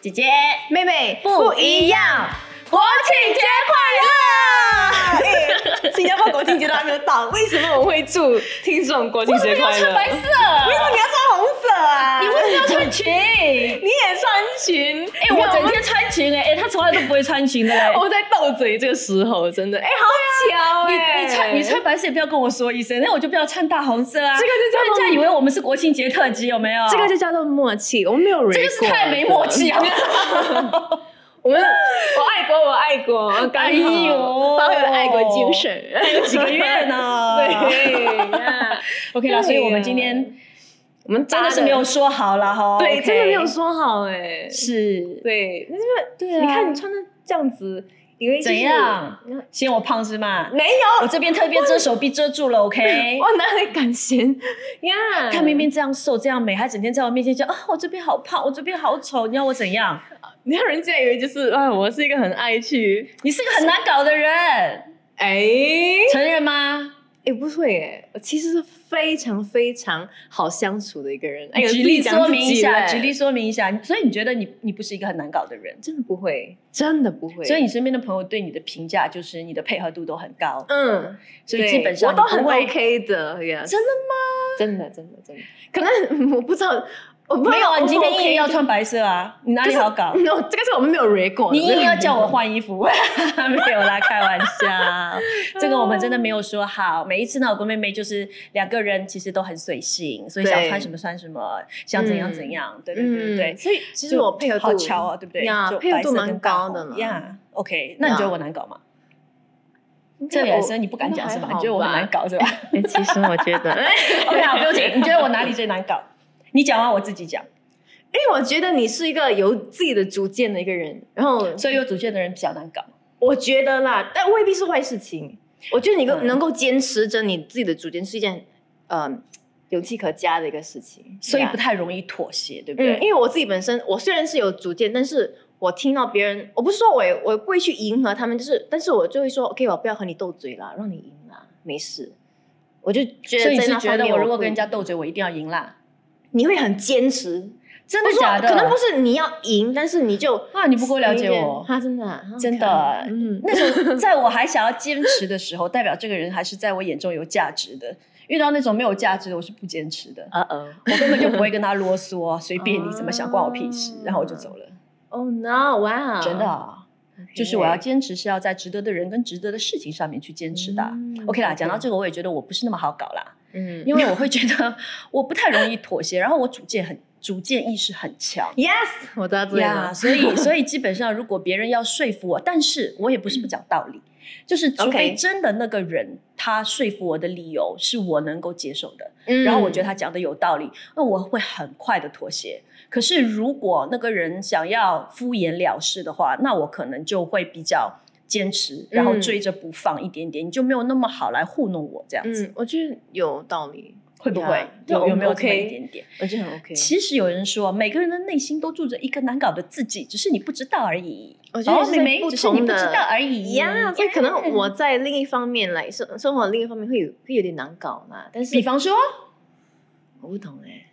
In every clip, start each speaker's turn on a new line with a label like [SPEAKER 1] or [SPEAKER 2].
[SPEAKER 1] 姐姐
[SPEAKER 2] 妹妹
[SPEAKER 1] 不一样，国庆节快乐！
[SPEAKER 2] 乐！哎新加坡国庆节都还没有到，为什么我会祝听众国庆节
[SPEAKER 1] 为什么
[SPEAKER 2] 快
[SPEAKER 1] 要
[SPEAKER 2] 乐？
[SPEAKER 1] 穿白
[SPEAKER 2] 为什
[SPEAKER 1] 色？
[SPEAKER 2] 么你要穿红色啊？
[SPEAKER 1] 你为什么要穿裙？哎、
[SPEAKER 2] 你也穿裙？哎
[SPEAKER 1] 我整天穿裙哎、哎、她从来都不会穿裙的哎嘞、
[SPEAKER 2] 我在斗嘴，这个时候真的哎，好巧
[SPEAKER 1] 啊你
[SPEAKER 2] 哎！
[SPEAKER 1] 你穿你穿白色也不要跟我说一声，那我就不要穿大红色啊！
[SPEAKER 2] 这个就叫
[SPEAKER 1] 人
[SPEAKER 2] 做
[SPEAKER 1] 家以为我们是国庆节特辑，有没有？
[SPEAKER 2] 这个就叫做默契，我们没有人
[SPEAKER 1] 这个是太没默契了。
[SPEAKER 2] 我们我爱国，我爱国，我
[SPEAKER 1] 哎呦哎
[SPEAKER 2] 发挥了爱国精神。
[SPEAKER 1] 有几个月 呢？
[SPEAKER 2] 对呀，
[SPEAKER 1] 哦，OK 啦，所以我们今天
[SPEAKER 2] 我们
[SPEAKER 1] 真的是没有说好了哈。
[SPEAKER 2] 对，
[SPEAKER 1] OK
[SPEAKER 2] 真的没有说好哎。
[SPEAKER 1] 是。
[SPEAKER 2] 对，那是不
[SPEAKER 1] 对
[SPEAKER 2] 是？
[SPEAKER 1] 啊
[SPEAKER 2] 你看你穿的这样子，以为就是嗯
[SPEAKER 1] 怎样？嫌我胖是吗？
[SPEAKER 2] 没有，
[SPEAKER 1] 我这边特别遮手臂遮住了，OK。
[SPEAKER 2] 我哪里敢嫌呀？
[SPEAKER 1] 她哎明明这样瘦这样美，还整天在我面前讲啊，我这边好胖，我这边好丑，你要我怎 样？
[SPEAKER 2] 你看人家以为就是啊，我是一个很爱去
[SPEAKER 1] 你是个很难搞的人，
[SPEAKER 2] 哎
[SPEAKER 1] 承认吗？
[SPEAKER 2] 哎，不会哎，我其实是非常非常好相处的一个人。哎呦，
[SPEAKER 1] 举例
[SPEAKER 2] 自己讲
[SPEAKER 1] 说
[SPEAKER 2] 自
[SPEAKER 1] 明一
[SPEAKER 2] 己
[SPEAKER 1] 下，
[SPEAKER 2] 嘞
[SPEAKER 1] 举例，说明一下。所以你觉得你你不是一个很难搞的人，
[SPEAKER 2] 真的不会，真的不会。
[SPEAKER 1] 所以你身边的朋友对你的评价就是你的配合度都很高，
[SPEAKER 2] 嗯，
[SPEAKER 1] 所以
[SPEAKER 2] 对
[SPEAKER 1] 基本上
[SPEAKER 2] 我都很
[SPEAKER 1] 你不会
[SPEAKER 2] OK 的，yes，
[SPEAKER 1] 真的
[SPEAKER 2] 真的真的真的，可能嗯我不知道，我不知道
[SPEAKER 1] 没有啊，
[SPEAKER 2] 我
[SPEAKER 1] 你今天
[SPEAKER 2] 我
[SPEAKER 1] 硬
[SPEAKER 2] OK
[SPEAKER 1] 要穿白色啊，你哪
[SPEAKER 2] 可
[SPEAKER 1] 里
[SPEAKER 2] 是
[SPEAKER 1] 好搞？
[SPEAKER 2] ？no，这个是我们没有 r e c o r
[SPEAKER 1] 你硬要叫我换衣 服，没有啦，开玩笑，这个我们真的没有说好。每一次呢，我跟妹妹就是两个人，其实都很随性，所以
[SPEAKER 2] 对
[SPEAKER 1] 想穿什么穿什么，想怎样怎样，对对对对对。
[SPEAKER 2] 嗯所以其实
[SPEAKER 1] 就
[SPEAKER 2] 我配合度
[SPEAKER 1] 好巧啊，对不对？
[SPEAKER 2] 呀
[SPEAKER 1] 就
[SPEAKER 2] 配合
[SPEAKER 1] 白色
[SPEAKER 2] 度
[SPEAKER 1] 跟
[SPEAKER 2] 蛮
[SPEAKER 1] 大
[SPEAKER 2] 高
[SPEAKER 1] 红
[SPEAKER 2] 的呢
[SPEAKER 1] 呀。OK，那你觉得
[SPEAKER 2] 呀
[SPEAKER 1] 我难搞吗？
[SPEAKER 2] 应该
[SPEAKER 1] 这
[SPEAKER 2] 我
[SPEAKER 1] 也是你不敢讲是吧？你觉得我很难？搞 是吧
[SPEAKER 2] 应该还好吧哎其实我觉 得，
[SPEAKER 1] ？OK，好，不用紧。你觉得我哪里最难搞？你讲完啊我自己讲。
[SPEAKER 2] 因为我觉得你是一个有自己的主见的一个人，然后
[SPEAKER 1] 所以有主见的人比较难搞。
[SPEAKER 2] 我觉得啦，但未必是坏事情。我觉得你
[SPEAKER 1] 嗯
[SPEAKER 2] 能够坚持着你自己的主见是一件，嗯，勇气可嘉的一个事情，
[SPEAKER 1] 所以
[SPEAKER 2] 呀
[SPEAKER 1] 不太容易妥协，对不对？
[SPEAKER 2] 嗯，因为我自己本身，我虽然是有主见，但是我听到别人，我不是说我也我不会去迎合他们，就是，但是我就会说，OK，我不要和你斗嘴啦，让你赢啦，没事。我就觉得
[SPEAKER 1] 所以你
[SPEAKER 2] 在
[SPEAKER 1] 是
[SPEAKER 2] 那
[SPEAKER 1] 觉
[SPEAKER 2] 方面会，
[SPEAKER 1] 得我如果跟人家斗嘴，我一定要赢啦？
[SPEAKER 2] 你会很坚持，
[SPEAKER 1] 真
[SPEAKER 2] 不
[SPEAKER 1] 的
[SPEAKER 2] 是
[SPEAKER 1] 假的？
[SPEAKER 2] 可能不是你要赢，但是你就
[SPEAKER 1] 啊，你不够了解
[SPEAKER 2] 有一点
[SPEAKER 1] 我。
[SPEAKER 2] 啊，真的啊啊
[SPEAKER 1] 真的
[SPEAKER 2] OK 嗯，
[SPEAKER 1] 那时候在我还想要坚持的时候，代表这个人还是在我眼中有价值的。遇到那种没有价值的，我是不坚持的，
[SPEAKER 2] 呃呃
[SPEAKER 1] 我根本就不会跟他啰嗦，啊随便你怎么想，关我屁事
[SPEAKER 2] 哦，
[SPEAKER 1] 然后我就走了。
[SPEAKER 2] ，Oh no，哇，
[SPEAKER 1] 真的啊，就是我要坚持是要在值得的人跟值得的事情上面去坚持的。
[SPEAKER 2] 嗯
[SPEAKER 1] OK 啦，
[SPEAKER 2] OK
[SPEAKER 1] 讲到这个，我也觉得我不是那么好搞啦。
[SPEAKER 2] 嗯，
[SPEAKER 1] 因为我会觉得 我不太容易妥协，然后我主见很主见意识很强
[SPEAKER 2] Yes，我知道这
[SPEAKER 1] 呀
[SPEAKER 2] 个，
[SPEAKER 1] 所以所以基本上如果别人要说服我，但是我也不是不讲道理，就是除
[SPEAKER 2] OK
[SPEAKER 1] 非真的那个人他说服我的理由是我能够接受的，
[SPEAKER 2] 嗯
[SPEAKER 1] 然后我觉得他讲的有道理，那我会很快的妥协。可是如果那个人想要敷衍了事的话，那我可能就会比较。坚持，然后
[SPEAKER 2] 嗯
[SPEAKER 1] 追着不放一点点，你就没有那么好来糊弄我这样子，
[SPEAKER 2] 嗯，我觉得有道理，
[SPEAKER 1] 会不会
[SPEAKER 2] 呀
[SPEAKER 1] 有有没有这么
[SPEAKER 2] OK
[SPEAKER 1] 一点点？
[SPEAKER 2] 我觉得很 OK。
[SPEAKER 1] 其实有人说，每个人的内心都住着一个难搞的自己，只是你不知道而已。
[SPEAKER 2] 我觉得
[SPEAKER 1] 哦
[SPEAKER 2] 是
[SPEAKER 1] 妹
[SPEAKER 2] 在
[SPEAKER 1] 妹
[SPEAKER 2] 不
[SPEAKER 1] 只是你
[SPEAKER 2] 同
[SPEAKER 1] 不知
[SPEAKER 2] 的
[SPEAKER 1] 道而已
[SPEAKER 2] 呀，嗯因为可能 我在另一方面来生生活，另一方面会有会有点难搞嘛。但是
[SPEAKER 1] 比方说，
[SPEAKER 2] 我不懂哎、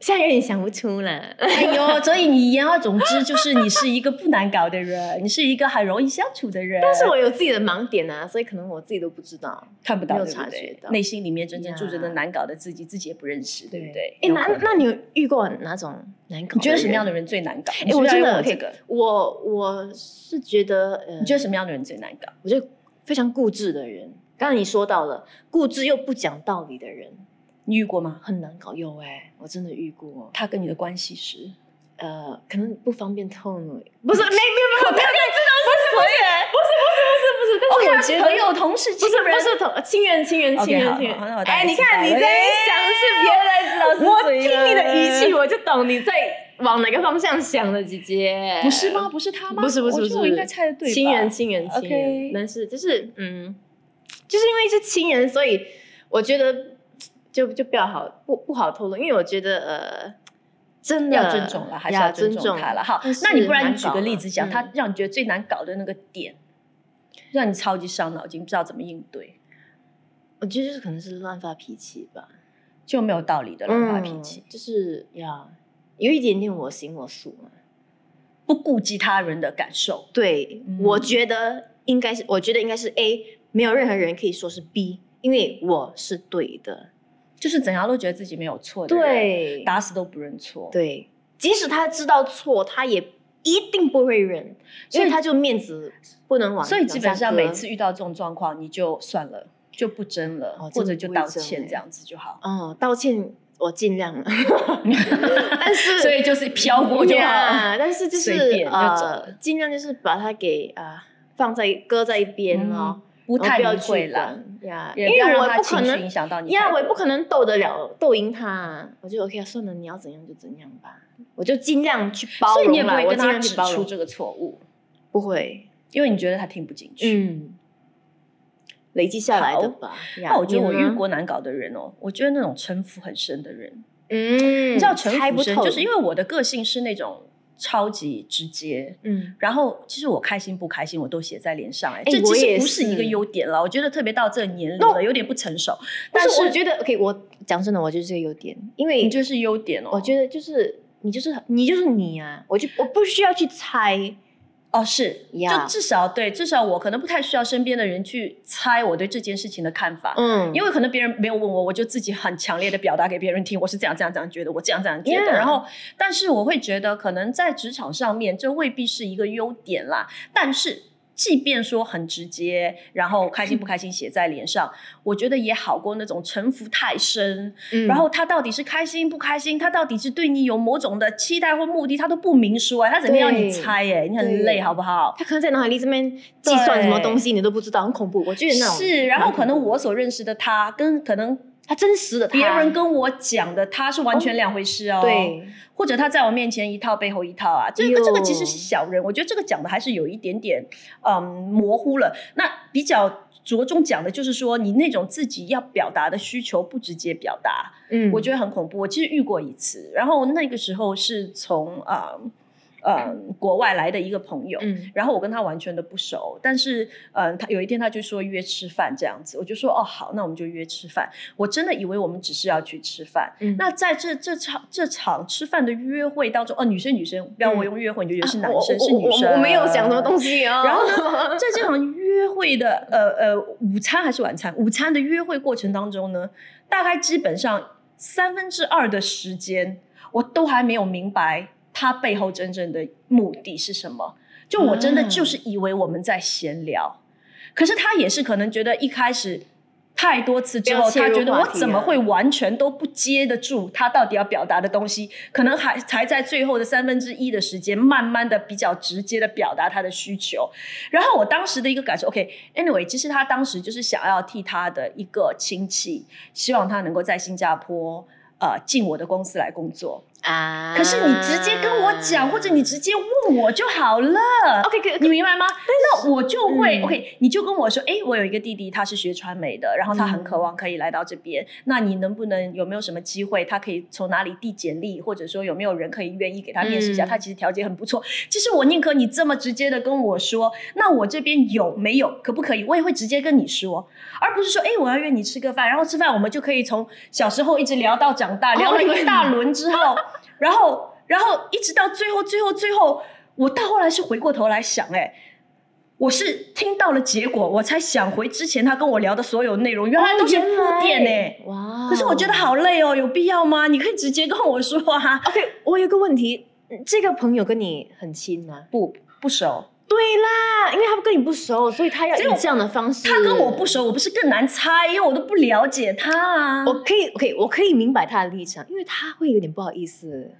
[SPEAKER 2] 现在有点想不出来。
[SPEAKER 1] 哎呦，所以你言而总之就是你是一个不难搞的人，你是一个很容易相处的人。
[SPEAKER 2] 但是我有自己的盲点 啊，所以可能我自己都不知道。
[SPEAKER 1] 看不到，
[SPEAKER 2] 没有
[SPEAKER 1] 对不
[SPEAKER 2] 察
[SPEAKER 1] 对
[SPEAKER 2] 觉到
[SPEAKER 1] 内心里面真正住着的
[SPEAKER 2] 呀
[SPEAKER 1] 难搞的自己，自己也不认识，对不对？
[SPEAKER 2] 哎，
[SPEAKER 1] 有
[SPEAKER 2] 那
[SPEAKER 1] 可能
[SPEAKER 2] 那你有遇过哪种难搞？
[SPEAKER 1] 你觉得什么样
[SPEAKER 2] 的
[SPEAKER 1] 的人最难搞？
[SPEAKER 2] 人？
[SPEAKER 1] 你是
[SPEAKER 2] 哎，
[SPEAKER 1] 不
[SPEAKER 2] 我
[SPEAKER 1] 是
[SPEAKER 2] 真
[SPEAKER 1] 要
[SPEAKER 2] 的
[SPEAKER 1] 问我这个，，
[SPEAKER 2] 我我是觉得，呃，
[SPEAKER 1] 你觉得什么样的人最难搞？
[SPEAKER 2] 我觉得非常固执的人。刚才你说到了，固执又不讲道理的人
[SPEAKER 1] 你遇过吗？
[SPEAKER 2] 很难搞。有哎、我真的遇过。
[SPEAKER 1] 他跟你的关系是？
[SPEAKER 2] 呃，可能不方便透露，不是，没没
[SPEAKER 1] 我大概知道是什么人。
[SPEAKER 2] 不是，但
[SPEAKER 1] OK，
[SPEAKER 2] 是我觉得
[SPEAKER 1] 朋友、同事、
[SPEAKER 2] 不
[SPEAKER 1] 亲
[SPEAKER 2] 是
[SPEAKER 1] 人
[SPEAKER 2] 不是同亲人亲人
[SPEAKER 1] OK，
[SPEAKER 2] 亲人
[SPEAKER 1] 好
[SPEAKER 2] 亲人
[SPEAKER 1] 好那我，大概
[SPEAKER 2] 哎，你看
[SPEAKER 1] 知
[SPEAKER 2] 你
[SPEAKER 1] 道
[SPEAKER 2] 在
[SPEAKER 1] 了
[SPEAKER 2] 想是别人来知道是
[SPEAKER 1] 我
[SPEAKER 2] 谁
[SPEAKER 1] 听
[SPEAKER 2] 了
[SPEAKER 1] 你的语气
[SPEAKER 2] 我就懂你在往哪个方向想了，姐姐
[SPEAKER 1] 不是吗？？不是他吗？
[SPEAKER 2] 不是不是
[SPEAKER 1] 我
[SPEAKER 2] 不
[SPEAKER 1] 觉
[SPEAKER 2] 是，
[SPEAKER 1] 得我应该猜的对吧？
[SPEAKER 2] 亲人亲人亲
[SPEAKER 1] OK
[SPEAKER 2] 人，但是就是嗯，就是因为是亲人，所以我觉得就就不要好不不好透露，因为我觉得呃，真的
[SPEAKER 1] 要尊重了，还是
[SPEAKER 2] 呀
[SPEAKER 1] 要尊重他了。好，那你不然你举个例子讲，他。
[SPEAKER 2] 但是难搞了嗯
[SPEAKER 1] 让你觉得最难搞的那个点，让你超级伤脑筋，不知道怎么应对，
[SPEAKER 2] 嗯我觉得就是可能是乱发脾气吧，嗯
[SPEAKER 1] 就没有道理的乱发脾气。
[SPEAKER 2] 嗯、就是呀有一点点我行我素嘛。
[SPEAKER 1] 不顾及他人的感受。
[SPEAKER 2] 对，
[SPEAKER 1] 嗯
[SPEAKER 2] 我觉得应该是，我觉得应该是 A，没有任何人可以说是 B，因为我是对的。
[SPEAKER 1] 就是怎样都觉得自己没有错的人，
[SPEAKER 2] 对，
[SPEAKER 1] 打死都不认错。，
[SPEAKER 2] 对，即使他知道错，他也一定不会认，
[SPEAKER 1] 所
[SPEAKER 2] 所
[SPEAKER 1] 以
[SPEAKER 2] 以他就面子不能往
[SPEAKER 1] 所以基本上
[SPEAKER 2] 往割
[SPEAKER 1] 每次遇到这种状况，你就算了，就不争了，
[SPEAKER 2] 哦真的
[SPEAKER 1] 或者就道
[SPEAKER 2] 不会
[SPEAKER 1] 歉
[SPEAKER 2] 争
[SPEAKER 1] 这样子就好。
[SPEAKER 2] 哦，道歉我尽量 了，但是
[SPEAKER 1] 所以就是飘过就好了。
[SPEAKER 2] 呀但是就
[SPEAKER 1] 随
[SPEAKER 2] 是
[SPEAKER 1] 便就走了
[SPEAKER 2] 呃，尽量就是把它给啊、放在搁在一边
[SPEAKER 1] 嗯
[SPEAKER 2] 咯，
[SPEAKER 1] 不太
[SPEAKER 2] 哦然后不要
[SPEAKER 1] 理
[SPEAKER 2] 去
[SPEAKER 1] 会啦，
[SPEAKER 2] 管呀，因
[SPEAKER 1] 也不要
[SPEAKER 2] 为
[SPEAKER 1] 让
[SPEAKER 2] 我
[SPEAKER 1] 他
[SPEAKER 2] 不可
[SPEAKER 1] 情绪影
[SPEAKER 2] 能
[SPEAKER 1] 响到你太
[SPEAKER 2] 呀，
[SPEAKER 1] 多。
[SPEAKER 2] 我也不可能斗得了斗赢他，我就 OK 啊，算了，你要怎样就怎样吧，我就尽量去包
[SPEAKER 1] 所以你也
[SPEAKER 2] 容
[SPEAKER 1] 不
[SPEAKER 2] 啦，
[SPEAKER 1] 会
[SPEAKER 2] 我
[SPEAKER 1] 跟
[SPEAKER 2] 尽
[SPEAKER 1] 他
[SPEAKER 2] 量
[SPEAKER 1] 指
[SPEAKER 2] 去包
[SPEAKER 1] 出
[SPEAKER 2] 容，
[SPEAKER 1] 这个错误，
[SPEAKER 2] 不会，
[SPEAKER 1] 因为你觉得他听不进去。
[SPEAKER 2] 嗯，累积下来的吧。呀
[SPEAKER 1] 那我觉得我
[SPEAKER 2] 你呢
[SPEAKER 1] 遇过难搞的人哦，我觉得那种城府很深的人，
[SPEAKER 2] 嗯，
[SPEAKER 1] 你知道城
[SPEAKER 2] 猜
[SPEAKER 1] 府
[SPEAKER 2] 不
[SPEAKER 1] 深，
[SPEAKER 2] 透
[SPEAKER 1] 就是因为我的个性是那种超级直接，
[SPEAKER 2] 嗯，
[SPEAKER 1] 然后其实我开心不开心我都写在脸上，哎，
[SPEAKER 2] 哎
[SPEAKER 1] 这其
[SPEAKER 2] 我也
[SPEAKER 1] 实不是一个
[SPEAKER 2] 是
[SPEAKER 1] 优点了，我觉得特别到这个年龄
[SPEAKER 2] 那
[SPEAKER 1] 了，有点不成熟，但
[SPEAKER 2] 但
[SPEAKER 1] 是
[SPEAKER 2] 是我觉得 OK，我讲真的，我就是这个优点，因为
[SPEAKER 1] 你就是优点哦，
[SPEAKER 2] 哎我觉得就是你就是你就是你啊，我就我不需要去猜，
[SPEAKER 1] 哦，是
[SPEAKER 2] 呀
[SPEAKER 1] 就至少对，至少我可能不太需要身边的人去猜我对这件事情的看法，
[SPEAKER 2] 嗯因
[SPEAKER 1] 因
[SPEAKER 2] 为
[SPEAKER 1] 为可能别人没有问我，我就自己很强烈的表达给别人听，我是这样这样这样觉得，我这样这样觉得。
[SPEAKER 2] Yeah
[SPEAKER 1] 然后，但是我会觉得，可能在职场上面，这未必是一个优点啦。但是，即便说很直接，然后开心不开心写在脸上，我觉得也好过那种城府太深。然
[SPEAKER 2] 然后
[SPEAKER 1] 后他到底是开心不开心，他到底是对你有某种的期待或目的，他都不明说、哎，他整天要你
[SPEAKER 2] 对
[SPEAKER 1] 猜、哎，你很累，
[SPEAKER 2] 对
[SPEAKER 1] 好不好？
[SPEAKER 2] 他可能在脑海里这边计算什么
[SPEAKER 1] 对
[SPEAKER 2] 东西，你都不知道，很恐怖。我觉得那种
[SPEAKER 1] 是，然后可能
[SPEAKER 2] 蛮恐怖
[SPEAKER 1] 我所认识的他，跟可能
[SPEAKER 2] 他真实的他，
[SPEAKER 1] 别人跟我讲的他是完全两回事哦。，
[SPEAKER 2] 对
[SPEAKER 1] 或者他在我面前一套，背后一套啊。这个
[SPEAKER 2] 哟
[SPEAKER 1] 这个其实是小人，我觉得这个讲的还是有一点点嗯模糊了。那比较着重讲的就是说，你那种自己要表达的需求不直接表达，
[SPEAKER 2] 嗯
[SPEAKER 1] 我觉得很恐怖。我其实遇过一次，然后那个时候是从啊呃国外来的一个朋友，
[SPEAKER 2] 嗯
[SPEAKER 1] 然后我跟他完全的不熟，但是嗯、呃他有一天他就说约吃饭这样子，我就说哦好，那我们就约吃饭。我真的以为我们只是要去吃饭。
[SPEAKER 2] 嗯
[SPEAKER 1] 那在这这场这场吃饭的约会当中，哦，女生女生，不要
[SPEAKER 2] 嗯
[SPEAKER 1] 我用约会，你就觉得是
[SPEAKER 2] 啊
[SPEAKER 1] 男
[SPEAKER 2] 我
[SPEAKER 1] 生、
[SPEAKER 2] 我
[SPEAKER 1] 是女生，
[SPEAKER 2] 我我没有想什么东西啊。
[SPEAKER 1] 然后呢， 在这场约会的呃呃午餐还是晚餐，午餐的约会过程当中呢，大概基本上三分之二的时间，我都还没有明白他背后真正的目的是什么。就我真的
[SPEAKER 2] 啊
[SPEAKER 1] 就是以为我们在闲聊，可是他也是可能觉得一开始。太多次之
[SPEAKER 2] 不
[SPEAKER 1] 后，
[SPEAKER 2] 要切入
[SPEAKER 1] 他觉得我
[SPEAKER 2] 话题
[SPEAKER 1] 怎么
[SPEAKER 2] 啊
[SPEAKER 1] 会完全都不接得住他到底要表达的东西？可能还才在最后的三分之一的时间，慢慢的比较直接的表达他的需求。然后我当时的一个感受，OK，anyway，、其实他当时就是想要替他的一个亲戚，希望他能够在新加坡呃进我的公司来工作。
[SPEAKER 2] 啊，
[SPEAKER 1] 可是你直接跟我讲，或者你直接问我就好了。
[SPEAKER 2] OK 可
[SPEAKER 1] 你明白吗？那我就会、
[SPEAKER 2] 嗯
[SPEAKER 1] OK，你就跟我说，哎，我有一个弟弟，他是学传媒的，然后他很
[SPEAKER 2] 嗯
[SPEAKER 1] 渴望可以来到这边。那你能不能有没有什么机会，他可以从哪里递简历，或者说有没有人可以愿意给他面试一下？
[SPEAKER 2] 嗯
[SPEAKER 1] 他其实条件很不错。其实我宁可你这么直接的跟我说，那我这边有没有可不可以？我也会直接跟你说，而不是说，哎，我要约你吃个饭，然后吃饭我们就可以从小时候一直聊到长大，聊了一大轮之后。然后，然后一直到最后，最后，最后，我到后来是回过头来想、哎，我是听到了结果，我才想回之前他跟我聊的所有内容，原来都是铺垫呢、哎
[SPEAKER 2] 哦哇，
[SPEAKER 1] 可是我觉得好累哦，有必要吗？你可以直接跟我说啊，
[SPEAKER 2] OK。我有个问题，嗯这个朋友跟你很亲吗？
[SPEAKER 1] 不不熟，
[SPEAKER 2] 对啦，因为他跟你不熟，所以他要以
[SPEAKER 1] 所以我
[SPEAKER 2] 这样的方式。
[SPEAKER 1] 他跟我不熟，我不是更难猜，因为我都不了解他啊。
[SPEAKER 2] 我可以，OK，我可以明白他的立场，因为他会有点不好意思。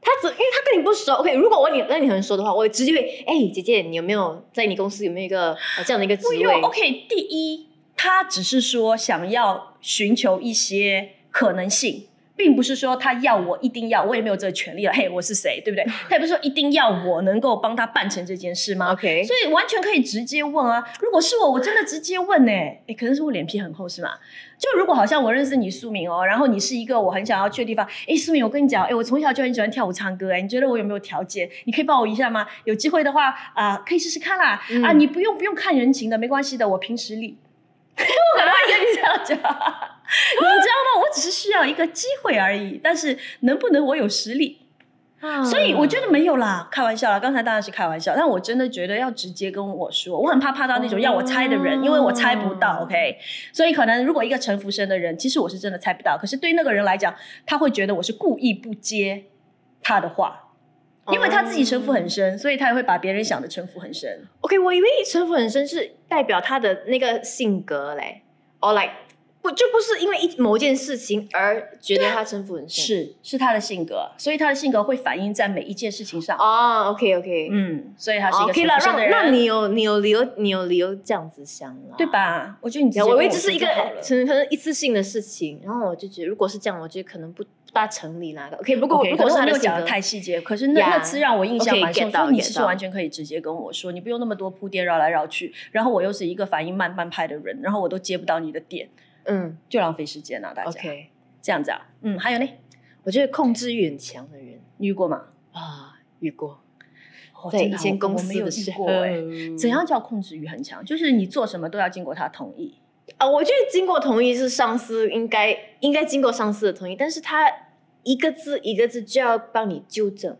[SPEAKER 2] 他只因为他跟你不熟，OK，如果我你跟你很熟的话，我直接会，哎、姐姐，你有没有在你公司有没有一个、呃、这样的一个职
[SPEAKER 1] 不
[SPEAKER 2] 位
[SPEAKER 1] 用 OK，第一，他只是说想要寻求一些可能性，并不是说他要我一定要，我也没有这个权利了。嘿，我是谁， 对不对？他也不是说一定要我能够帮他办成这件事吗？
[SPEAKER 2] ？OK，
[SPEAKER 1] 所以完全可以直接问啊！如果是我，我真的直接问呢、欸。可能是我脸皮很厚是吗？就如果好像我认识你苏明哦，然后你是一个我很想要去的地方，哎，苏明，我跟你讲，哎，我从小就很喜欢跳舞唱歌，哎，你觉得我有没有条件？你可以帮我一下吗？有机会的话啊、可以试试看啦。
[SPEAKER 2] 嗯
[SPEAKER 1] 啊，你不用不用看人情的，没关系的，我凭实力。 我可能会跟你这样讲， 你知道吗？我只是需要一个机会而已，但是能不能我有实力？
[SPEAKER 2] 嗯
[SPEAKER 1] 所以我觉得没有啦，开玩笑啦，刚才当然是开玩笑，但我真的觉得要直接跟我说，我很怕怕到那种要我猜的人，
[SPEAKER 2] 嗯哦
[SPEAKER 1] 因为我猜不到，OK。所以可能如果一个城府深的人，其实我是真的猜不到，可是对那个人来讲，他会觉得我是故意不接他的话，
[SPEAKER 2] 哦啊
[SPEAKER 1] 因为他自己城府很深，所以他也会把别人想的城府很深。
[SPEAKER 2] OK，我以为城府很深是代表他的那个性格嘞，or like 不就不是因为一某件事情而觉得他城府很深。
[SPEAKER 1] 是是他的性格，所以他的性格会反映在每一件事情上。
[SPEAKER 2] 哦，OK，OK、o 哦 k OK，
[SPEAKER 1] 嗯，所以他是一个
[SPEAKER 2] OK
[SPEAKER 1] 成
[SPEAKER 2] 了，
[SPEAKER 1] 熟的
[SPEAKER 2] 让
[SPEAKER 1] 人，
[SPEAKER 2] 让你有你有理由，你有理由这样子想了，
[SPEAKER 1] 对？吧？我觉得你直接
[SPEAKER 2] 我以为
[SPEAKER 1] 跟
[SPEAKER 2] 只是一个
[SPEAKER 1] 说就好了
[SPEAKER 2] 可能可能一次性的事情，然后我就觉得如果是这样，我觉得可能不不大成立啦。OK，如果
[SPEAKER 1] OK，
[SPEAKER 2] 如果
[SPEAKER 1] 可
[SPEAKER 2] 是
[SPEAKER 1] 能我
[SPEAKER 2] 他
[SPEAKER 1] 没
[SPEAKER 2] 的
[SPEAKER 1] 有
[SPEAKER 2] 性
[SPEAKER 1] 讲
[SPEAKER 2] 格
[SPEAKER 1] 的太细节，可是那
[SPEAKER 2] Yeah
[SPEAKER 1] 那次让我印象
[SPEAKER 2] OK，
[SPEAKER 1] 蛮深。
[SPEAKER 2] get 到
[SPEAKER 1] 说你
[SPEAKER 2] get
[SPEAKER 1] 其实
[SPEAKER 2] 到
[SPEAKER 1] 完全可以直接跟我说，你不用那么多铺垫绕来绕去。然后我又是一个反应慢半拍的人，然后我都接不到你的点，
[SPEAKER 2] 嗯
[SPEAKER 1] 就浪费时间啊了、大家。
[SPEAKER 2] ，OK，
[SPEAKER 1] 这样子啊，嗯，还有呢，
[SPEAKER 2] 我觉得控制欲很强的人
[SPEAKER 1] 你遇过吗？
[SPEAKER 2] 啊，遇过
[SPEAKER 1] 哦
[SPEAKER 2] 在
[SPEAKER 1] 真的啊
[SPEAKER 2] 一间
[SPEAKER 1] 我
[SPEAKER 2] 公
[SPEAKER 1] 我没
[SPEAKER 2] 司
[SPEAKER 1] 有
[SPEAKER 2] 的
[SPEAKER 1] 遇
[SPEAKER 2] 时候
[SPEAKER 1] 过，哎、怎样叫控制欲很强？就是你做什么都要经过他同意。
[SPEAKER 2] 啊，我觉得经过同意是上司应该应该经过上司的同意，但是他一个字一个字就要帮你纠正，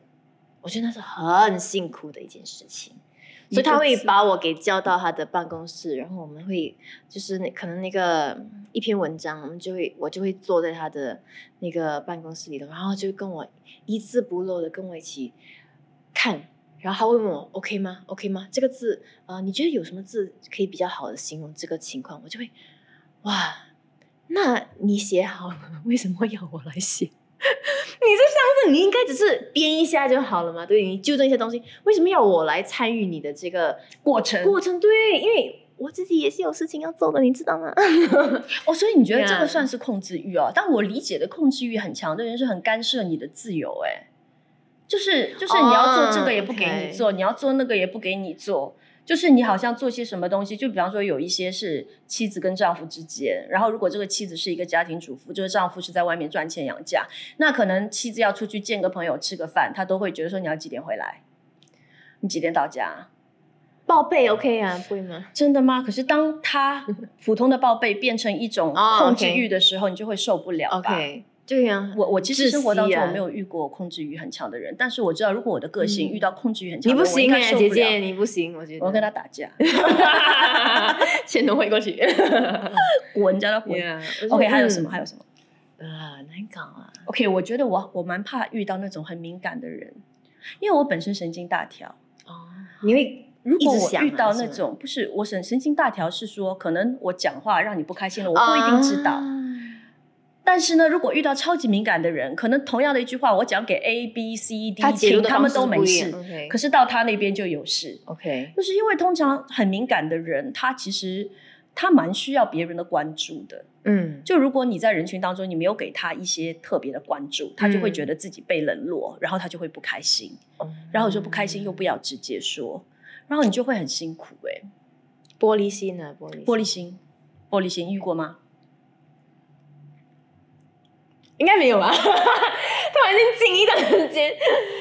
[SPEAKER 2] 我觉得那是很辛苦的一件事情。所以他会
[SPEAKER 1] 一个字
[SPEAKER 2] 把我给叫到他的办公室，然后我们会就是那可能那个嗯一篇文章，我们就会我就会坐在他的那个办公室里头，然后就跟我一字不漏的跟我一起看，然后他会问我 OK 吗？OK 吗？这个字啊、呃你觉得有什么字可以比较好的形容这个情况？我就会哇，那你写好了， 为什么要我来写？ 你这上次你应该只是编一下就好了嘛，对，你纠正一些东西，为什么要我来参与你的这个
[SPEAKER 1] 过程
[SPEAKER 2] 过程？对，因为我自己也是有事情要做的，你知道吗？
[SPEAKER 1] 哦，所以你觉得这个
[SPEAKER 2] Yeah
[SPEAKER 1] 算是控制欲哦？但我理解的控制欲很强的人是很干涉你的自由，哎，就是就是你要做这个也不给你做你要做那个也不给你做，就是你好像做些什么东西，就比方说有一些是妻子跟丈夫之间，然后如果这个妻子是一个家庭主妇，这个丈夫是在外面赚钱养家，那可能妻子要出去见个朋友吃个饭，他都会觉得说你要几点回来，你几点到家？
[SPEAKER 2] 报备 OK 啊，不会吗？
[SPEAKER 1] 真的吗？可是当他普通的报备变成一种
[SPEAKER 2] 哦
[SPEAKER 1] 控制
[SPEAKER 2] OK
[SPEAKER 1] 欲的时候，你就会受不了吧
[SPEAKER 2] OK，对呀、啊，
[SPEAKER 1] 我我其实生活当
[SPEAKER 2] 窒息
[SPEAKER 1] 中
[SPEAKER 2] 啊
[SPEAKER 1] 我没有遇过控制欲很强的人，但是我知道如果我的个性
[SPEAKER 2] 嗯
[SPEAKER 1] 遇到控制欲很强
[SPEAKER 2] 你
[SPEAKER 1] 的人，
[SPEAKER 2] 不行
[SPEAKER 1] 哎、
[SPEAKER 2] 哎、姐姐，，你不行，我觉得
[SPEAKER 1] 我要 跟他打架，
[SPEAKER 2] 钱都汇过 去。
[SPEAKER 1] 滚叫他滚。
[SPEAKER 2] yeah,
[SPEAKER 1] OK，还有什么？还有什么
[SPEAKER 2] 啊，嗯难搞啊。
[SPEAKER 1] ？OK，我觉得我我蛮怕遇到那种很敏感的人，因为我本身神经大条。
[SPEAKER 2] 哦，你会
[SPEAKER 1] 如果
[SPEAKER 2] 一直
[SPEAKER 1] 我
[SPEAKER 2] 想啊
[SPEAKER 1] 遇到那
[SPEAKER 2] 是吗
[SPEAKER 1] 种不是我神神经大条，是说可能我讲话让你不开心了，我不一定知道。
[SPEAKER 2] 啊
[SPEAKER 1] 但是呢，如果遇到超级敏感的人，可能同样的一句话，我讲给 A、B、C、D
[SPEAKER 2] 他解
[SPEAKER 1] 听，
[SPEAKER 2] 读的
[SPEAKER 1] 他
[SPEAKER 2] 方
[SPEAKER 1] 们
[SPEAKER 2] 式
[SPEAKER 1] 都
[SPEAKER 2] 不
[SPEAKER 1] 没
[SPEAKER 2] 一
[SPEAKER 1] 事，
[SPEAKER 2] 样，OK
[SPEAKER 1] 可是到他那边就有事，
[SPEAKER 2] OK，
[SPEAKER 1] 就是因为通常很敏感的人，他其实他蛮需要别人的关注的。
[SPEAKER 2] 嗯，
[SPEAKER 1] 就如果你在人群当中，你没有给他一些特别的关注，他就会觉得自己被冷落，然后他就会不开心，
[SPEAKER 2] 嗯
[SPEAKER 1] 然后有时候不开心又不要直接说，然后你就会很辛苦哎、
[SPEAKER 2] 玻璃心呢、玻璃心
[SPEAKER 1] 玻璃心，玻璃心遇过吗？
[SPEAKER 2] 应该没有吧？ 突然间静一段时间，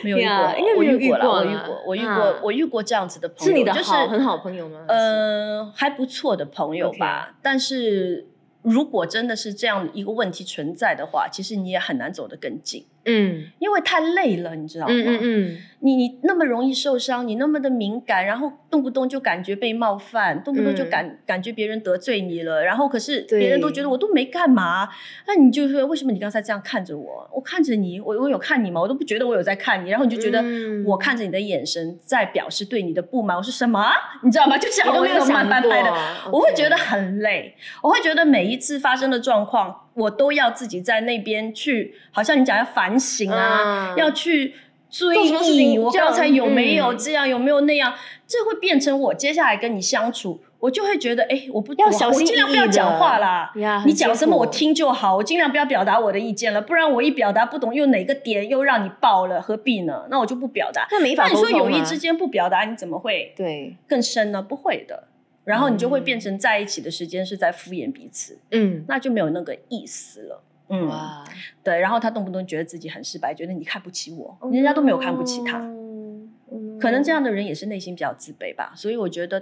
[SPEAKER 1] 没有遇过
[SPEAKER 2] 啊 Yeah，应该没有
[SPEAKER 1] 我遇过啦我遇
[SPEAKER 2] 遇过啦
[SPEAKER 1] 过，我遇过，
[SPEAKER 2] 啊
[SPEAKER 1] 我遇过这样子的朋友，
[SPEAKER 2] 是你的
[SPEAKER 1] 就是
[SPEAKER 2] 好、很好朋友吗？
[SPEAKER 1] 呃，还不错的朋友吧。但是如果真的是这样一个问题存在的话，其实你也很难走得更近，
[SPEAKER 2] 嗯
[SPEAKER 1] 因为太累了，你知道吗？
[SPEAKER 2] 嗯嗯嗯，
[SPEAKER 1] 你你那么容易受伤，你那么的敏感，然后动不动就感觉被冒犯，动不动就
[SPEAKER 2] 嗯
[SPEAKER 1] 感、感觉别人得罪你了，然后可是
[SPEAKER 2] 对
[SPEAKER 1] 别人都觉得我都没干嘛，那你就说为什么你刚才这样看着我？我看着你，我我有看你吗？我都不觉得我有在看你，然后你就觉得
[SPEAKER 2] 嗯
[SPEAKER 1] 我看着你的眼神在表示对你的不满，我说什么？你知道吗？就像
[SPEAKER 2] 你都
[SPEAKER 1] 哦我
[SPEAKER 2] 没嗯哦有
[SPEAKER 1] 那个慢
[SPEAKER 2] 想
[SPEAKER 1] 半拍的
[SPEAKER 2] 过啊
[SPEAKER 1] 我会觉得
[SPEAKER 2] OK
[SPEAKER 1] 很累，我会觉得每一次发生的状况，我都要自己在那边去，好像你讲要反省啊，
[SPEAKER 2] 嗯
[SPEAKER 1] 要去追
[SPEAKER 2] 做什么事
[SPEAKER 1] 忆
[SPEAKER 2] 情
[SPEAKER 1] 我
[SPEAKER 2] 这样
[SPEAKER 1] 刚才有没有
[SPEAKER 2] 嗯
[SPEAKER 1] 这样，有没有那样，这会变成我接下来跟你相处，我就会觉得，哎，我不
[SPEAKER 2] 要
[SPEAKER 1] 我
[SPEAKER 2] 小
[SPEAKER 1] 我
[SPEAKER 2] 心
[SPEAKER 1] 尽量
[SPEAKER 2] 翼
[SPEAKER 1] 不
[SPEAKER 2] 翼
[SPEAKER 1] 要讲
[SPEAKER 2] 的
[SPEAKER 1] 话啦。
[SPEAKER 2] 呀，很
[SPEAKER 1] 你讲
[SPEAKER 2] 辛
[SPEAKER 1] 什么
[SPEAKER 2] 苦
[SPEAKER 1] 我，听就好，我尽量不要表达我的意见了，不然我一表达不懂又哪个点又让你爆了，何必呢？那我就不表达。
[SPEAKER 2] 那没
[SPEAKER 1] 那
[SPEAKER 2] 法
[SPEAKER 1] 你
[SPEAKER 2] 沟
[SPEAKER 1] 说
[SPEAKER 2] 通
[SPEAKER 1] 友谊
[SPEAKER 2] 啊
[SPEAKER 1] 之间不表达，你怎么会
[SPEAKER 2] 对，
[SPEAKER 1] 更深呢？不会的。然后你就会变成在一起的时间是在敷衍彼此，
[SPEAKER 2] 嗯
[SPEAKER 1] 那就没有那个意思了。嗯，
[SPEAKER 2] 哇，
[SPEAKER 1] 对。然后他动不动觉得自己很失败，觉得你看不起我，人家都没有看不起他。
[SPEAKER 2] 嗯，
[SPEAKER 1] 可能这样的人也是内心比较自卑吧。所以我觉得，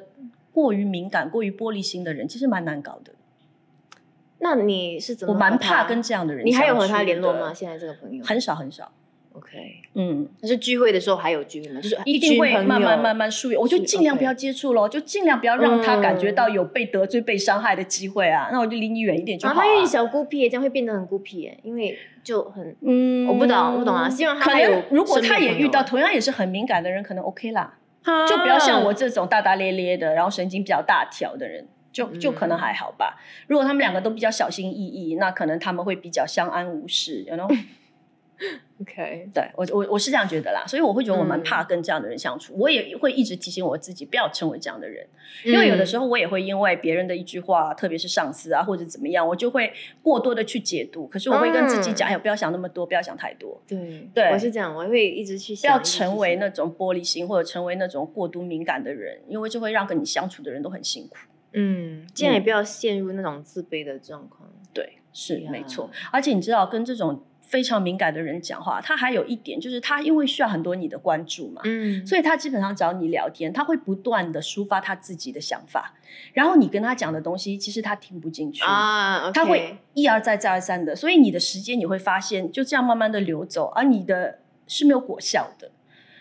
[SPEAKER 1] 过于敏感、过于玻璃心的人其实蛮难搞的。
[SPEAKER 2] 那你是怎么
[SPEAKER 1] 我
[SPEAKER 2] 和他？
[SPEAKER 1] 蛮怕跟这样的人。
[SPEAKER 2] 你还有和他联络吗？？现在这个朋友
[SPEAKER 1] 很少很少。
[SPEAKER 2] OK，
[SPEAKER 1] 嗯，
[SPEAKER 2] 但是聚会的时候还有聚会吗？就是
[SPEAKER 1] 一定会
[SPEAKER 2] 群朋友啊
[SPEAKER 1] 慢慢慢慢疏远，我就是尽量
[SPEAKER 2] OK
[SPEAKER 1] 不要接触咯，就尽量不要让他感觉
[SPEAKER 2] 嗯
[SPEAKER 1] 到有被得罪、被伤害的机会啊。那我就离你远一点就
[SPEAKER 2] 然
[SPEAKER 1] 好、啊
[SPEAKER 2] 后他。有点小孤僻耶，这样会变得很孤僻耶，因为就很
[SPEAKER 1] 嗯
[SPEAKER 2] 我不懂我不懂啊希望他
[SPEAKER 1] 可
[SPEAKER 2] 还有
[SPEAKER 1] 能如果
[SPEAKER 2] 身边
[SPEAKER 1] 他也
[SPEAKER 2] 朋友
[SPEAKER 1] 遇到
[SPEAKER 2] 啊
[SPEAKER 1] 同样也是很敏感的人，可能 OK 啦，嗯就不要像
[SPEAKER 2] 啊嗯
[SPEAKER 1] 我这种大大咧咧的，然后神经比较大条的人，就就可
[SPEAKER 2] 嗯
[SPEAKER 1] 能还好吧。如果他们两个都比较小心翼翼，那可能他们会比较相安无事，然 后
[SPEAKER 2] OK，
[SPEAKER 1] 对我我我是这样觉得啦，所以我会觉得我蛮
[SPEAKER 2] 嗯
[SPEAKER 1] 怕跟这样的人相处，我也会一直提醒我自己不要成为这样的
[SPEAKER 2] 嗯
[SPEAKER 1] 人，因为有的时
[SPEAKER 2] 候
[SPEAKER 1] 候我也会因为别人的一句话，特别是上司啊或者怎么样，我就会过多的去解读，可是我会跟自己讲，
[SPEAKER 2] 嗯
[SPEAKER 1] 哎呀，不要想那么多，不要想太多。
[SPEAKER 2] 对
[SPEAKER 1] 对
[SPEAKER 2] 我是这样，我会一直去
[SPEAKER 1] 不
[SPEAKER 2] 想
[SPEAKER 1] 要
[SPEAKER 2] 一直去
[SPEAKER 1] 成为
[SPEAKER 2] 想
[SPEAKER 1] 那种玻璃心，或者成为那种过度敏感的人，因为这会让跟你相处的人都很辛苦。
[SPEAKER 2] 嗯，这样也
[SPEAKER 1] 嗯
[SPEAKER 2] 不要陷入那种自卑的状况。
[SPEAKER 1] 对，是
[SPEAKER 2] 呀
[SPEAKER 1] 没错。而且你知道，跟这种非常敏感的人讲话，他还有一点就是，他因为需要很多你的关注嘛，
[SPEAKER 2] 嗯
[SPEAKER 1] 所以他基本上找你聊天，他会不断的抒发他自己的想法，然后你跟他讲的东西，其实他听不进去。
[SPEAKER 2] 啊，
[SPEAKER 1] 他
[SPEAKER 2] OK
[SPEAKER 1] 会一而再再而三的，所以你的时间你会发现就这样慢慢的流走，而你的是没有果效的。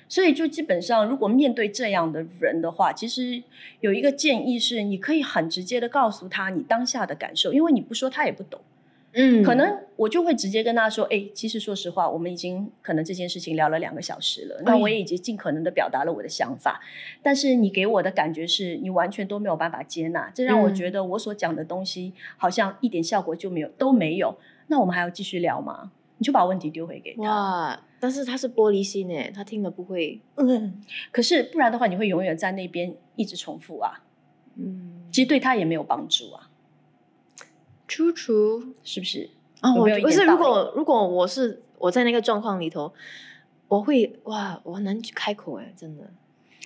[SPEAKER 1] 所以就基本上，如果面对这样的人的话，其实有一个建议是，你可以很直接的告诉他你当下的感受，因为你不说他也不懂。
[SPEAKER 2] 嗯，
[SPEAKER 1] 可能我就会直接跟他说，哎，其实说实话，我们已经可能这件事情聊了两个小时了，那
[SPEAKER 2] 哎
[SPEAKER 1] 我也已经尽可能的表达了我的想法，但是你给我的感觉是你完全都没有办法接纳，这让我
[SPEAKER 2] 嗯
[SPEAKER 1] 觉得我所讲的东西好像一点效果就没有都没有，那我们还要继续聊吗？你就把问题丢回给他，
[SPEAKER 2] 哇，但是他是玻璃心诶，他听了不会，
[SPEAKER 1] 嗯，可是不然的话，你会永远在那边一直重复啊，
[SPEAKER 2] 嗯，
[SPEAKER 1] 其实对他也没有帮助啊，
[SPEAKER 2] 楚楚
[SPEAKER 1] 是不是？
[SPEAKER 2] 啊，
[SPEAKER 1] 有
[SPEAKER 2] 我
[SPEAKER 1] 没有一
[SPEAKER 2] 不
[SPEAKER 1] 点
[SPEAKER 2] 是，
[SPEAKER 1] 道
[SPEAKER 2] 如果如果我是我在那个状况里头，我会哇，我很难去开口哎，真的，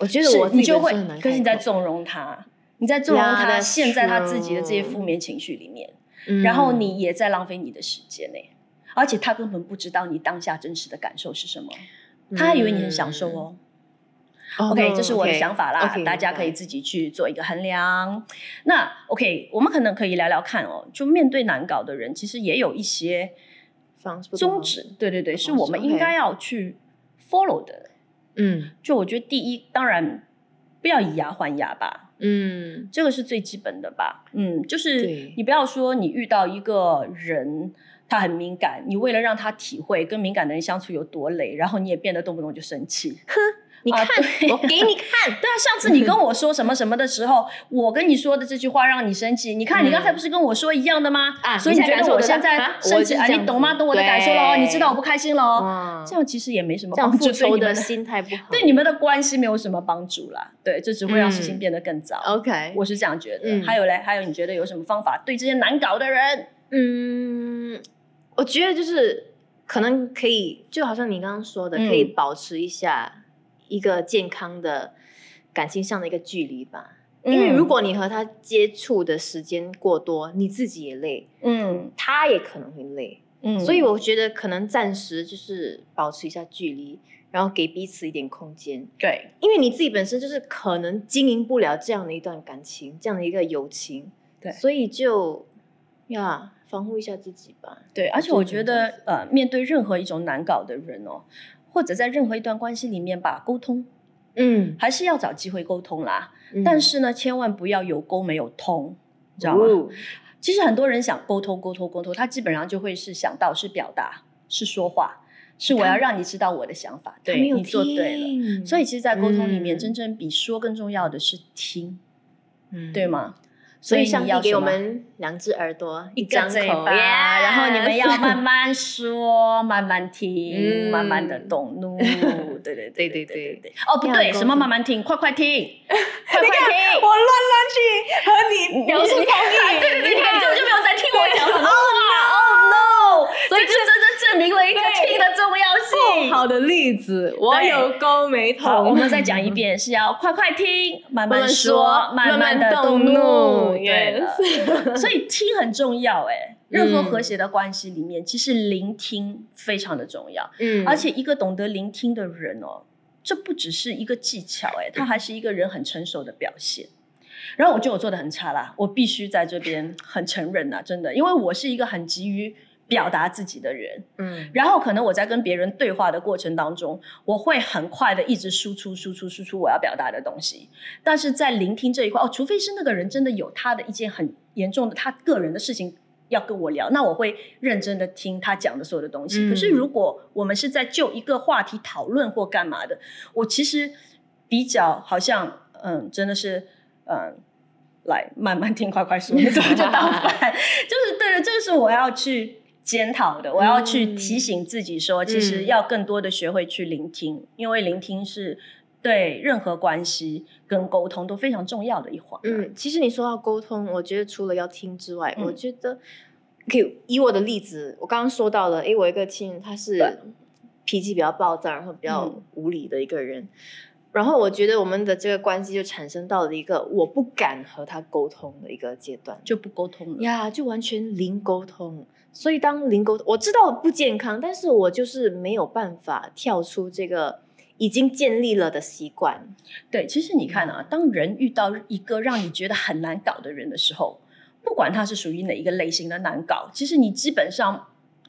[SPEAKER 2] 我觉得
[SPEAKER 1] 是
[SPEAKER 2] 我自
[SPEAKER 1] 你
[SPEAKER 2] 己
[SPEAKER 1] 就
[SPEAKER 2] 本
[SPEAKER 1] 会
[SPEAKER 2] 身很难，
[SPEAKER 1] 可
[SPEAKER 2] 开
[SPEAKER 1] 是你在
[SPEAKER 2] 口，
[SPEAKER 1] 纵容他，你在纵容
[SPEAKER 2] Yeah,
[SPEAKER 1] 他
[SPEAKER 2] that's
[SPEAKER 1] 陷在他自己的这些
[SPEAKER 2] true.
[SPEAKER 1] 负面情绪里面，
[SPEAKER 2] 嗯
[SPEAKER 1] 然后你也在浪费你的时间呢、而且他根本不知道你当下真实的感受是什么，他还以为你很享受哦。
[SPEAKER 2] 嗯
[SPEAKER 1] OK，
[SPEAKER 2] 哦
[SPEAKER 1] 这是我的
[SPEAKER 2] OK，
[SPEAKER 1] 想法啦
[SPEAKER 2] OK，
[SPEAKER 1] 大家可以
[SPEAKER 2] 明白
[SPEAKER 1] 自己去做一个衡量。那 OK，我们可能可以聊聊看哦，就面对难搞的人，其实也有一些
[SPEAKER 2] 方式不同
[SPEAKER 1] 宗
[SPEAKER 2] 方
[SPEAKER 1] 旨
[SPEAKER 2] 式，
[SPEAKER 1] 对对对，
[SPEAKER 2] 不
[SPEAKER 1] 是
[SPEAKER 2] 同
[SPEAKER 1] 我
[SPEAKER 2] 方
[SPEAKER 1] 们
[SPEAKER 2] 式
[SPEAKER 1] 应
[SPEAKER 2] ，OK
[SPEAKER 1] 该要去 follow 的。
[SPEAKER 2] 嗯
[SPEAKER 1] 就我觉得第一，当然不要以牙还牙吧，
[SPEAKER 2] 嗯
[SPEAKER 1] 这个是最基本的吧。嗯，就是
[SPEAKER 2] 对
[SPEAKER 1] 你不要说你遇到一个人，他很敏感，你为了让他体会跟敏感的人相处有多累，然后你也变得动不动就生 气。
[SPEAKER 2] 你
[SPEAKER 1] 啊
[SPEAKER 2] 看，
[SPEAKER 1] 对
[SPEAKER 2] 我给你看，
[SPEAKER 1] 对啊，上次你跟我说什么什么的时候，我跟你说的这句话让你生气，你看你
[SPEAKER 2] 嗯
[SPEAKER 1] 刚才不是跟我说一样的吗？
[SPEAKER 2] 啊
[SPEAKER 1] 所以你觉
[SPEAKER 2] 你现在感
[SPEAKER 1] 得
[SPEAKER 2] 受
[SPEAKER 1] 我
[SPEAKER 2] 得到
[SPEAKER 1] 现在
[SPEAKER 2] 啊
[SPEAKER 1] 生
[SPEAKER 2] 我
[SPEAKER 1] 气
[SPEAKER 2] 是这样
[SPEAKER 1] 你懂吗？
[SPEAKER 2] 子
[SPEAKER 1] 懂我的感受了哦，
[SPEAKER 2] 对
[SPEAKER 1] 你知道我不开心了哦。
[SPEAKER 2] 哇
[SPEAKER 1] 这样其实也没什么
[SPEAKER 2] 这样
[SPEAKER 1] 帮助，对
[SPEAKER 2] 复仇
[SPEAKER 1] 你们
[SPEAKER 2] 的
[SPEAKER 1] 的
[SPEAKER 2] 心态不好，
[SPEAKER 1] 对你们的关系没有什么帮助啦。对，这只会让事情
[SPEAKER 2] 嗯
[SPEAKER 1] 变得更糟。
[SPEAKER 2] OK，
[SPEAKER 1] 我是这样觉得。
[SPEAKER 2] 嗯
[SPEAKER 1] 还有嘞，还有你觉得有什么方法对这些难搞的人？
[SPEAKER 2] 嗯，我觉得就是可能可以，就好像你刚刚说的，
[SPEAKER 1] 嗯
[SPEAKER 2] 可以保持一下一个健康的感情上的一个距离吧。因为如
[SPEAKER 1] 嗯
[SPEAKER 2] 果你和他接触的时间过多，你自己也累，
[SPEAKER 1] 嗯
[SPEAKER 2] 他也可能会累。
[SPEAKER 1] 嗯，
[SPEAKER 2] 所以我觉得可能暂时就是保持一下距离，然后给彼此一点空间。
[SPEAKER 1] 对
[SPEAKER 2] 因为你自己本身就是可能经营不了这样的一段感情，这样的一个友情，
[SPEAKER 1] 对
[SPEAKER 2] 所以就呀，防护一下自己吧。
[SPEAKER 1] 对，而且我觉得呃，面对任何一种难搞的人哦，或者在任何一段关系里面吧，沟通
[SPEAKER 2] 嗯，
[SPEAKER 1] 还是要找机会沟通啦。但是呢，千万不要有沟没有通，嗯你知道吗？
[SPEAKER 2] 哦
[SPEAKER 1] 其实很多人想沟通沟通沟通，他基本上就会是想到是表达，是说话，是我要让你知道我的想法，
[SPEAKER 2] 他
[SPEAKER 1] 对
[SPEAKER 2] 没有
[SPEAKER 1] 你做对了。
[SPEAKER 2] 听
[SPEAKER 1] 所以，其实，在沟通里面，
[SPEAKER 2] 嗯
[SPEAKER 1] 真正比说更重要的是听，
[SPEAKER 2] 嗯
[SPEAKER 1] 对？吗？
[SPEAKER 2] 所以
[SPEAKER 1] 你
[SPEAKER 2] 上帝
[SPEAKER 1] 要
[SPEAKER 2] 给
[SPEAKER 1] 什
[SPEAKER 2] 我
[SPEAKER 1] 么
[SPEAKER 2] 们两只耳朵，
[SPEAKER 1] 一个
[SPEAKER 2] 张
[SPEAKER 1] 嘴
[SPEAKER 2] 口
[SPEAKER 1] 巴，然后你们要慢。
[SPEAKER 2] Yes
[SPEAKER 1] 慢说， 慢慢听，
[SPEAKER 2] 嗯
[SPEAKER 1] 慢慢的动 怒。对对 对对
[SPEAKER 2] 对对
[SPEAKER 1] 对
[SPEAKER 2] 对
[SPEAKER 1] 对。哦，不
[SPEAKER 2] 要
[SPEAKER 1] 对，
[SPEAKER 2] 沟通
[SPEAKER 1] 什么慢慢听，快快 听，快快
[SPEAKER 3] 我
[SPEAKER 1] 听。
[SPEAKER 3] 乱乱去和你表示同意，
[SPEAKER 1] 对对对，你根本就没有在听我讲什么话。
[SPEAKER 3] 哦 no，
[SPEAKER 1] 所以这真正证明了一个
[SPEAKER 3] 对
[SPEAKER 1] 听的重要性。
[SPEAKER 2] 好的例子，
[SPEAKER 3] 我
[SPEAKER 1] 对
[SPEAKER 3] 有勾眉
[SPEAKER 1] 哦好，我
[SPEAKER 3] 头。
[SPEAKER 1] 们再讲 一遍，是要快快听，慢
[SPEAKER 2] 慢
[SPEAKER 1] 慢
[SPEAKER 2] 慢
[SPEAKER 1] 说
[SPEAKER 2] 说，
[SPEAKER 1] 慢
[SPEAKER 2] 慢
[SPEAKER 1] 的
[SPEAKER 2] 慢
[SPEAKER 1] 动
[SPEAKER 2] 动
[SPEAKER 1] 怒。
[SPEAKER 2] 怒
[SPEAKER 1] 对了 所以听很重要哎。任何
[SPEAKER 2] 嗯
[SPEAKER 1] 和谐的关系里面，其实聆听非常的重要。
[SPEAKER 2] 嗯
[SPEAKER 1] 而且一个懂得聆听的人哦，这不只是一个技巧、哎，他还是一个人很成熟的表现。然后我觉得我做的很差啦，我必须在这边很承认呐、真的，因为我是一个很急于表达自己的人。
[SPEAKER 2] 嗯
[SPEAKER 1] 然后可能我在跟别人对话的过程当中，我会很快的一直输出、输出、输出我要表达的东西。但是在聆听这一块，哦，除非是那个人真的有他的一件很严重的他个人的事情要跟我聊，那我会认真的听他讲的所有的东西。
[SPEAKER 2] 嗯
[SPEAKER 1] 可是如果我们是在就一个话题讨论或干嘛的，我其实比较好像，嗯，真的是，嗯。来慢慢听，快快说，怎么就当饭？就是对的，这个是我要去检讨的，我要
[SPEAKER 2] 嗯
[SPEAKER 1] 去提醒自己说，其实要更多的学会去聆听，因为聆听是对任何关系跟沟通都非常重要的一环。啊
[SPEAKER 2] 嗯，其实你说到沟通，我觉得除了要听之外，我
[SPEAKER 1] 嗯
[SPEAKER 2] 觉得可以以我的例子，我刚刚说到了，因为我一个亲人他是脾气比较暴躁，然后比较
[SPEAKER 1] 嗯
[SPEAKER 2] 无理的一个人。然后我觉得我们的这个关系就产生到了一个我不敢和他沟通的一个阶段，
[SPEAKER 1] 就不沟通了。
[SPEAKER 2] 呀就完全零沟通。所以当零沟，我知道不健康，但是我就是没有办法跳出这个已经建立了的习惯。
[SPEAKER 1] 对，其实你看啊，当人遇到一个让你觉得很难搞的人的时候，不管他是属于哪一个类型的难搞，其实你基本上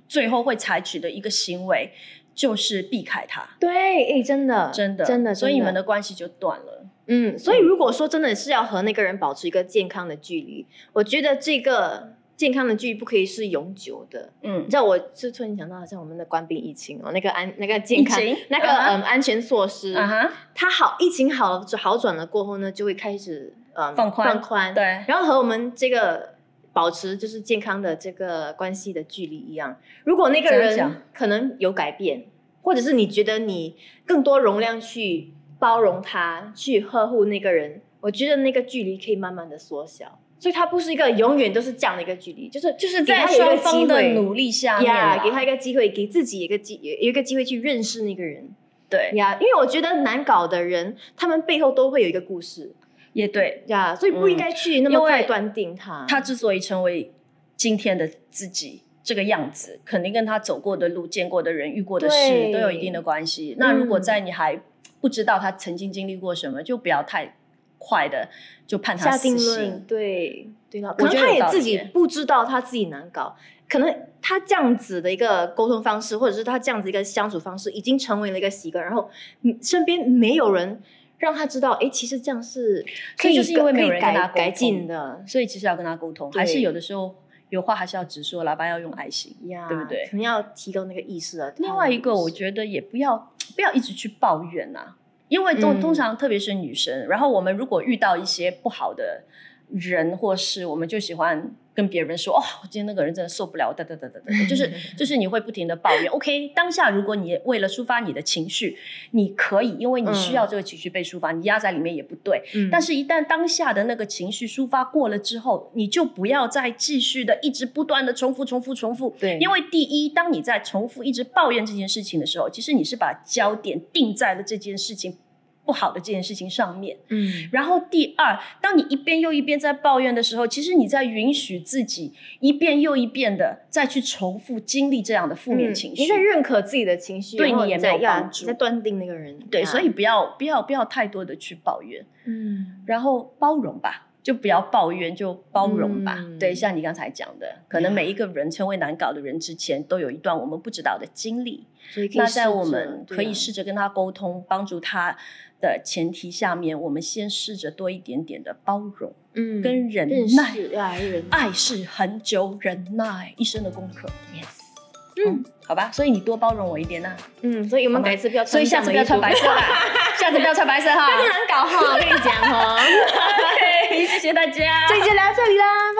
[SPEAKER 1] 最后会采取的一个行为就是避开他，
[SPEAKER 2] 对，哎，真的，
[SPEAKER 1] 真的
[SPEAKER 2] 真的，
[SPEAKER 1] 所以你
[SPEAKER 2] 真
[SPEAKER 1] 们的关系就断了。
[SPEAKER 2] 嗯，所以如果说真的是要和那个人保持一个健康的距离，我觉得这个健康的距离不可以是永久的。
[SPEAKER 1] 嗯
[SPEAKER 2] 你知，道，我就突然想到，好像我们的官兵疫情哦，那个安那个健康
[SPEAKER 1] 疫情
[SPEAKER 2] 那个
[SPEAKER 1] 啊哈
[SPEAKER 2] 嗯安全措施，
[SPEAKER 1] 啊哈，
[SPEAKER 2] 它好疫情好好转了过后呢，就会开始嗯
[SPEAKER 1] 放宽
[SPEAKER 2] 放宽，
[SPEAKER 1] 对，
[SPEAKER 2] 然后和我们这个保持就是健康的这个关系的距离一样，如果那个
[SPEAKER 1] 怎样
[SPEAKER 2] 人
[SPEAKER 1] 讲
[SPEAKER 2] 可能有改变，或者是你觉得你更多容量去包容他，去呵护那个人，我觉得那个距离可以慢慢的缩小。所以它不是一个永远都是这样的一个距离，就是
[SPEAKER 1] 就是
[SPEAKER 2] 给
[SPEAKER 1] 在
[SPEAKER 2] 他有一
[SPEAKER 1] 双
[SPEAKER 2] 个
[SPEAKER 1] 方的
[SPEAKER 2] 机会
[SPEAKER 1] 努力下面
[SPEAKER 2] 呀
[SPEAKER 1] 啦
[SPEAKER 2] 给他一个机会，给自己一个机有一个机会去认识那个人
[SPEAKER 1] 对
[SPEAKER 2] 呀。因为我觉得难搞的人，他们背后都会有一个故事
[SPEAKER 1] 也啊对，
[SPEAKER 2] 呀，所以不应该去那
[SPEAKER 1] 嗯因
[SPEAKER 2] 么
[SPEAKER 1] 为
[SPEAKER 2] 快断定他。
[SPEAKER 1] 他之所以成为今天的自己这个样子，肯定跟他走过的路、见过的人、遇过的事
[SPEAKER 2] 对
[SPEAKER 1] 都有一定的关系。那如果在你还不知道他曾经经历过什么，就不要太快的就判他
[SPEAKER 2] 下
[SPEAKER 1] 死
[SPEAKER 2] 定
[SPEAKER 1] 刑
[SPEAKER 2] 论，。对对了，
[SPEAKER 1] 我
[SPEAKER 2] 可能
[SPEAKER 1] 觉得有
[SPEAKER 2] 他也
[SPEAKER 1] 道
[SPEAKER 2] 自
[SPEAKER 1] 理
[SPEAKER 2] 己
[SPEAKER 1] 耶
[SPEAKER 2] 不知道他自己难搞，可能他这样子的一个沟通方式，或者是他这样子一个相处方式，已经成为了一个习惯，然后嗯身边没有人让他知道，哎，其实这样是可
[SPEAKER 1] 所以
[SPEAKER 2] 以
[SPEAKER 1] 就是因为没有
[SPEAKER 2] 可以
[SPEAKER 1] 人跟他
[SPEAKER 2] 改
[SPEAKER 1] 沟
[SPEAKER 2] 改
[SPEAKER 1] 通
[SPEAKER 2] 进的
[SPEAKER 1] 所以其实要跟他沟通，
[SPEAKER 2] 对
[SPEAKER 1] 还是有的时候有话还是要直说，喇叭要用爱心。
[SPEAKER 2] 呀，
[SPEAKER 1] 对不对
[SPEAKER 2] 可能要提高那个意识啊。
[SPEAKER 1] 另外一个，我
[SPEAKER 2] 得
[SPEAKER 1] 觉得也不要不要一直去抱怨啊，因为通
[SPEAKER 2] 嗯
[SPEAKER 1] 通常特别是女生，然后我们如果遇到一些不好的人或事，我们就喜欢跟别人说哦，我今天那个人真的受不了，哒哒哒哒哒，就是就是你会不停的抱怨。OK，当下如果你为了抒发你的情绪，你可以，因为你需要这个情绪被抒发，你压在里面也不对。但
[SPEAKER 2] 是
[SPEAKER 1] 是，
[SPEAKER 2] 嗯
[SPEAKER 1] 一旦当下的那个情绪抒发过了之后，你就不要再继续的一直不断的重复、重复、重复，
[SPEAKER 2] 对，
[SPEAKER 1] 因为第一，当你在重复一直抱怨这件事情的时候，其实你是把焦点定在了这件事情不好的这件事情上面。
[SPEAKER 2] 嗯
[SPEAKER 1] 然后第二，当你一遍又一遍在抱怨的时候，其实你在允许自己一遍又一遍的再去重复经历这样的负面情绪。
[SPEAKER 2] 嗯你在认可自己的情绪，
[SPEAKER 1] 对
[SPEAKER 2] 然后
[SPEAKER 1] 你也没
[SPEAKER 2] 在
[SPEAKER 1] 有
[SPEAKER 2] 呀
[SPEAKER 1] 帮助
[SPEAKER 2] 你在断定那个人。
[SPEAKER 1] 对，
[SPEAKER 2] 呀
[SPEAKER 1] 所以不要不要不要太多的去抱怨，
[SPEAKER 2] 嗯。
[SPEAKER 1] 然后包容吧，就不要抱怨，就包容吧。
[SPEAKER 2] 嗯
[SPEAKER 1] 对，像你刚才讲的，可能每一个人成为难搞的人之前，都有一段我们不知道的经历。
[SPEAKER 2] 所以可以
[SPEAKER 1] 那
[SPEAKER 2] 试
[SPEAKER 1] 在我
[SPEAKER 2] 着
[SPEAKER 1] 们
[SPEAKER 2] 对
[SPEAKER 1] 可
[SPEAKER 2] 啊
[SPEAKER 1] 以试着跟他沟通、帮助他的前提下面，我们先试着多一点点的包容
[SPEAKER 2] 嗯
[SPEAKER 1] 跟忍
[SPEAKER 2] 认
[SPEAKER 1] 耐。
[SPEAKER 2] 识啊，人
[SPEAKER 1] 爱是很久忍耐一生的功课。Yes，
[SPEAKER 2] 嗯
[SPEAKER 1] 嗯，好吧，所以你多包容我一点呐、
[SPEAKER 2] 嗯，所以我们
[SPEAKER 1] 好吧
[SPEAKER 2] 改次不要穿
[SPEAKER 1] 所以下次不要穿白色 啦，下次不要穿白色哈。
[SPEAKER 2] 这么难搞哈，我跟你讲哈。
[SPEAKER 1] OK，谢谢大家。
[SPEAKER 2] 这一集聊到这里啦，拜